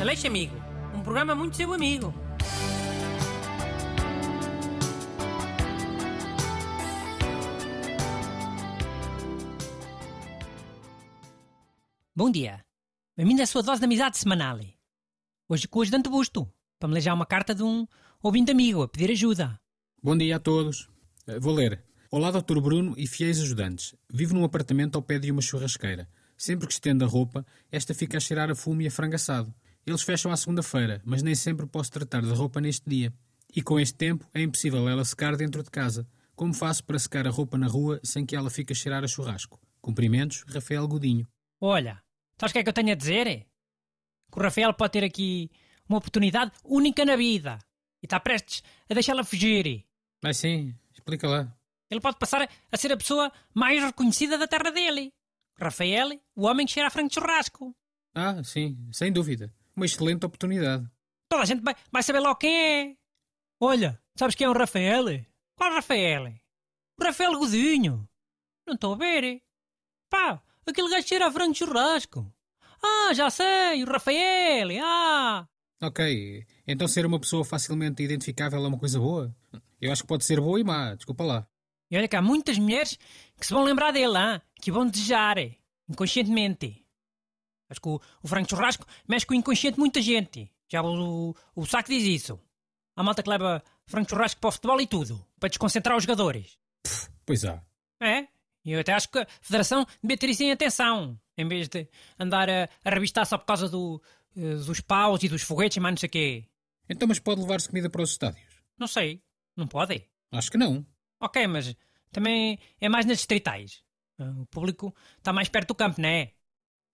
Aleixo Amigo, um programa muito seu amigo. Bom dia. Bem-vindo à sua dose de amizade semanal. Hoje com o ajudante Busto, para me lejar uma carta de um ouvinte amigo a pedir ajuda. Bom dia a todos. Eh, Vou ler. Olá, Dr. Bruno e fiéis ajudantes. Vivo num apartamento ao pé de uma churrasqueira. Sempre que estendo a roupa, esta fica a cheirar a fumo e a frango assado. Eles fecham à segunda-feira, mas nem sempre posso tratar de roupa neste dia. E com este tempo é impossível ela secar dentro de casa. Como faço para secar a roupa na rua sem que ela fique a cheirar a churrasco? Cumprimentos, Rafael Godinho. Olha, sabes o que é que eu tenho a dizer? é? Que o Rafael pode ter aqui uma oportunidade única na vida e está prestes a deixá-la fugir. Ah, sim, explica lá. Ele pode passar a ser a pessoa mais reconhecida da terra dele. Rafael, o homem que cheira a frango de churrasco. Ah, sim, sem dúvida. Uma excelente oportunidade. Toda a gente vai, vai saber logo quem é. Olha, sabes quem é o Rafael? Qual é Rafael? O Rafael Godinho. Não estou a ver. Pá, aquele gajo cheira a frango de churrasco. Ah, já sei, o Rafael. Ah, Ok, então ser uma pessoa facilmente identificável é uma coisa boa? Eu acho que pode ser boa e má, desculpa lá. E olha que há muitas mulheres que se vão lembrar dele, hã? que vão desejar, eh, inconscientemente. Acho que o, o frango de churrasco mexe com o inconsciente de muita gente. Já o, o saco diz isso. Há malta que leva frango de churrasco para o futebol e tudo, para desconcentrar os jogadores. Pois há. É? E eu até acho que a Federação devia ter isso em atenção, em vez de andar a, a revistar só por causa do, eh, dos paus e dos foguetes e mais não sei o quê. Então, mas pode levar-se comida para os estádios? Não sei, não podem. Acho que não. Ok, mas também é mais nas distritais. Ah, O público está mais perto do campo, não é?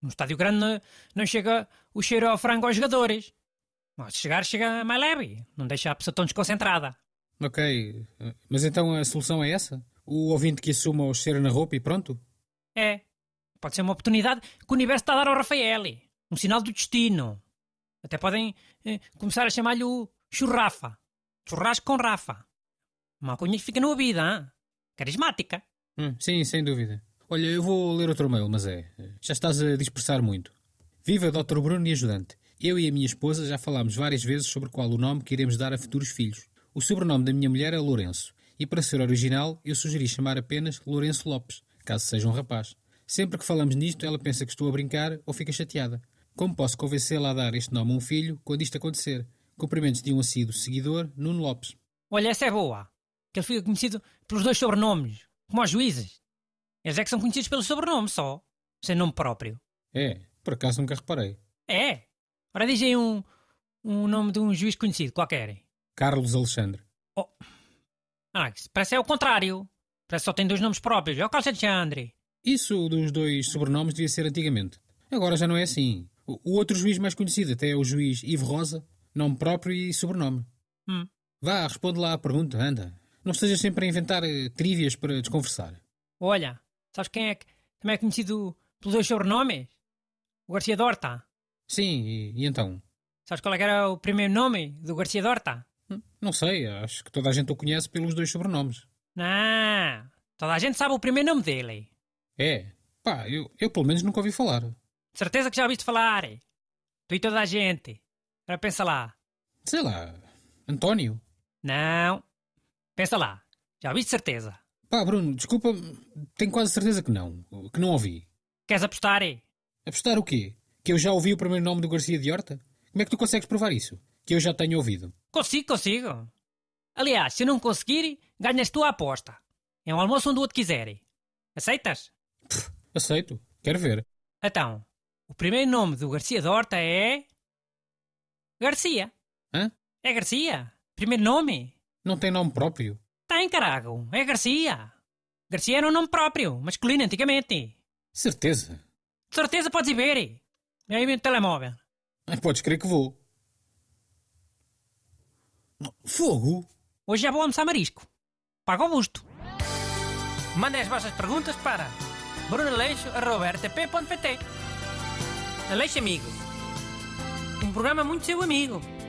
No estádio grande não- não chega o cheiro ao frango aos jogadores. Mas se chegar, chega mais leve. Não deixa a pessoa tão desconcentrada. Ok, mas então a solução é essa? O ouvinte que assuma o cheiro na roupa e pronto? É. Pode ser uma oportunidade que o universo está a dar ao Rafael. Um sinal do destino. Até podem eh, começar a chamar-lhe o Churrafa. Churrasco com Rafa. Uma alcunha que fica na vida, hã? Carismática. Hum, sim, sem dúvida. Olha, eu vou ler outro mail, mas é. Já estás a dispersar muito. Viva Dr. Bruno e ajudante. Eu e a minha esposa já falámos várias vezes sobre qual o nome que iremos dar a futuros filhos. O sobrenome da minha mulher é Lourenço, e para ser original, eu sugeri chamar apenas Lourenço Lopes, caso seja um rapaz. Sempre que falamos nisto, ela pensa que estou a brincar ou fica chateada. Como posso convencê-la a dar este nome a um filho quando isto acontecer? Cumprimentos de um assíduo seguidor, Nuno Lopes. Olha, essa é boa. Que ele fica conhecido pelos dois sobrenomes, como aos juízes. Eles é que são conhecidos pelo sobrenome só, sem nome próprio. É, por acaso nunca reparei. É. Ora, diz aí um, um nome de um juiz conhecido qualquer. Carlos Alexandre. Ah, isso parece é o contrário. Parece que só tem dois nomes próprios. É o Carlos Alexandre. Isso dos dois sobrenomes devia ser antigamente. Agora já não é assim. O o outro juiz mais conhecido até é o juiz Ivo Rosa, nome próprio e sobrenome. Hum. Vá, responde lá à pergunta, anda. Não estejas sempre a inventar eh, trívias para desconversar. Olha, sabes quem é que também é conhecido pelos dois sobrenomes? O Garcia Dorta. Sim, e, e então? Sabes qual é que era o primeiro nome do Garcia Dorta? Hum, Não sei, acho que toda a gente o conhece pelos dois sobrenomes. Não. Toda a gente sabe o primeiro nome dele. É, pá, eu, eu pelo menos nunca ouvi falar. De certeza que já ouviste falar. Tu e toda a gente. Agora pensa lá. Sei lá, António. Não. Pensa lá. Já ouviste de certeza. Pá, Bruno, desculpa, tenho quase certeza que não, que não ouvi. Queres apostar? eh? Apostar o quê? Que eu já ouvi o primeiro nome do Garcia de Horta? Como é que tu consegues provar isso? Que eu já tenho ouvido. Consigo, consigo. Aliás, se não conseguir, ganhas tu a aposta. É um almoço onde o outro quiser. Aceitas? Aceito. Quero ver. Então, o primeiro nome do Garcia Dorta é. Garcia. Hã? É Garcia. Primeiro nome. Não tem nome próprio. Tá em carago. É Garcia. Garcia era um nome próprio, masculino antigamente. Certeza. De certeza podes ir ver. E aí vem o telemóvel. Ah, Podes crer que vou. Não, Fogo? Hoje já vou almoçar marisco. Paga o busto. Mandem as vossas perguntas para brunaleixo.rtp.pt Aleixo Amigo. Um programa muito seu amigo.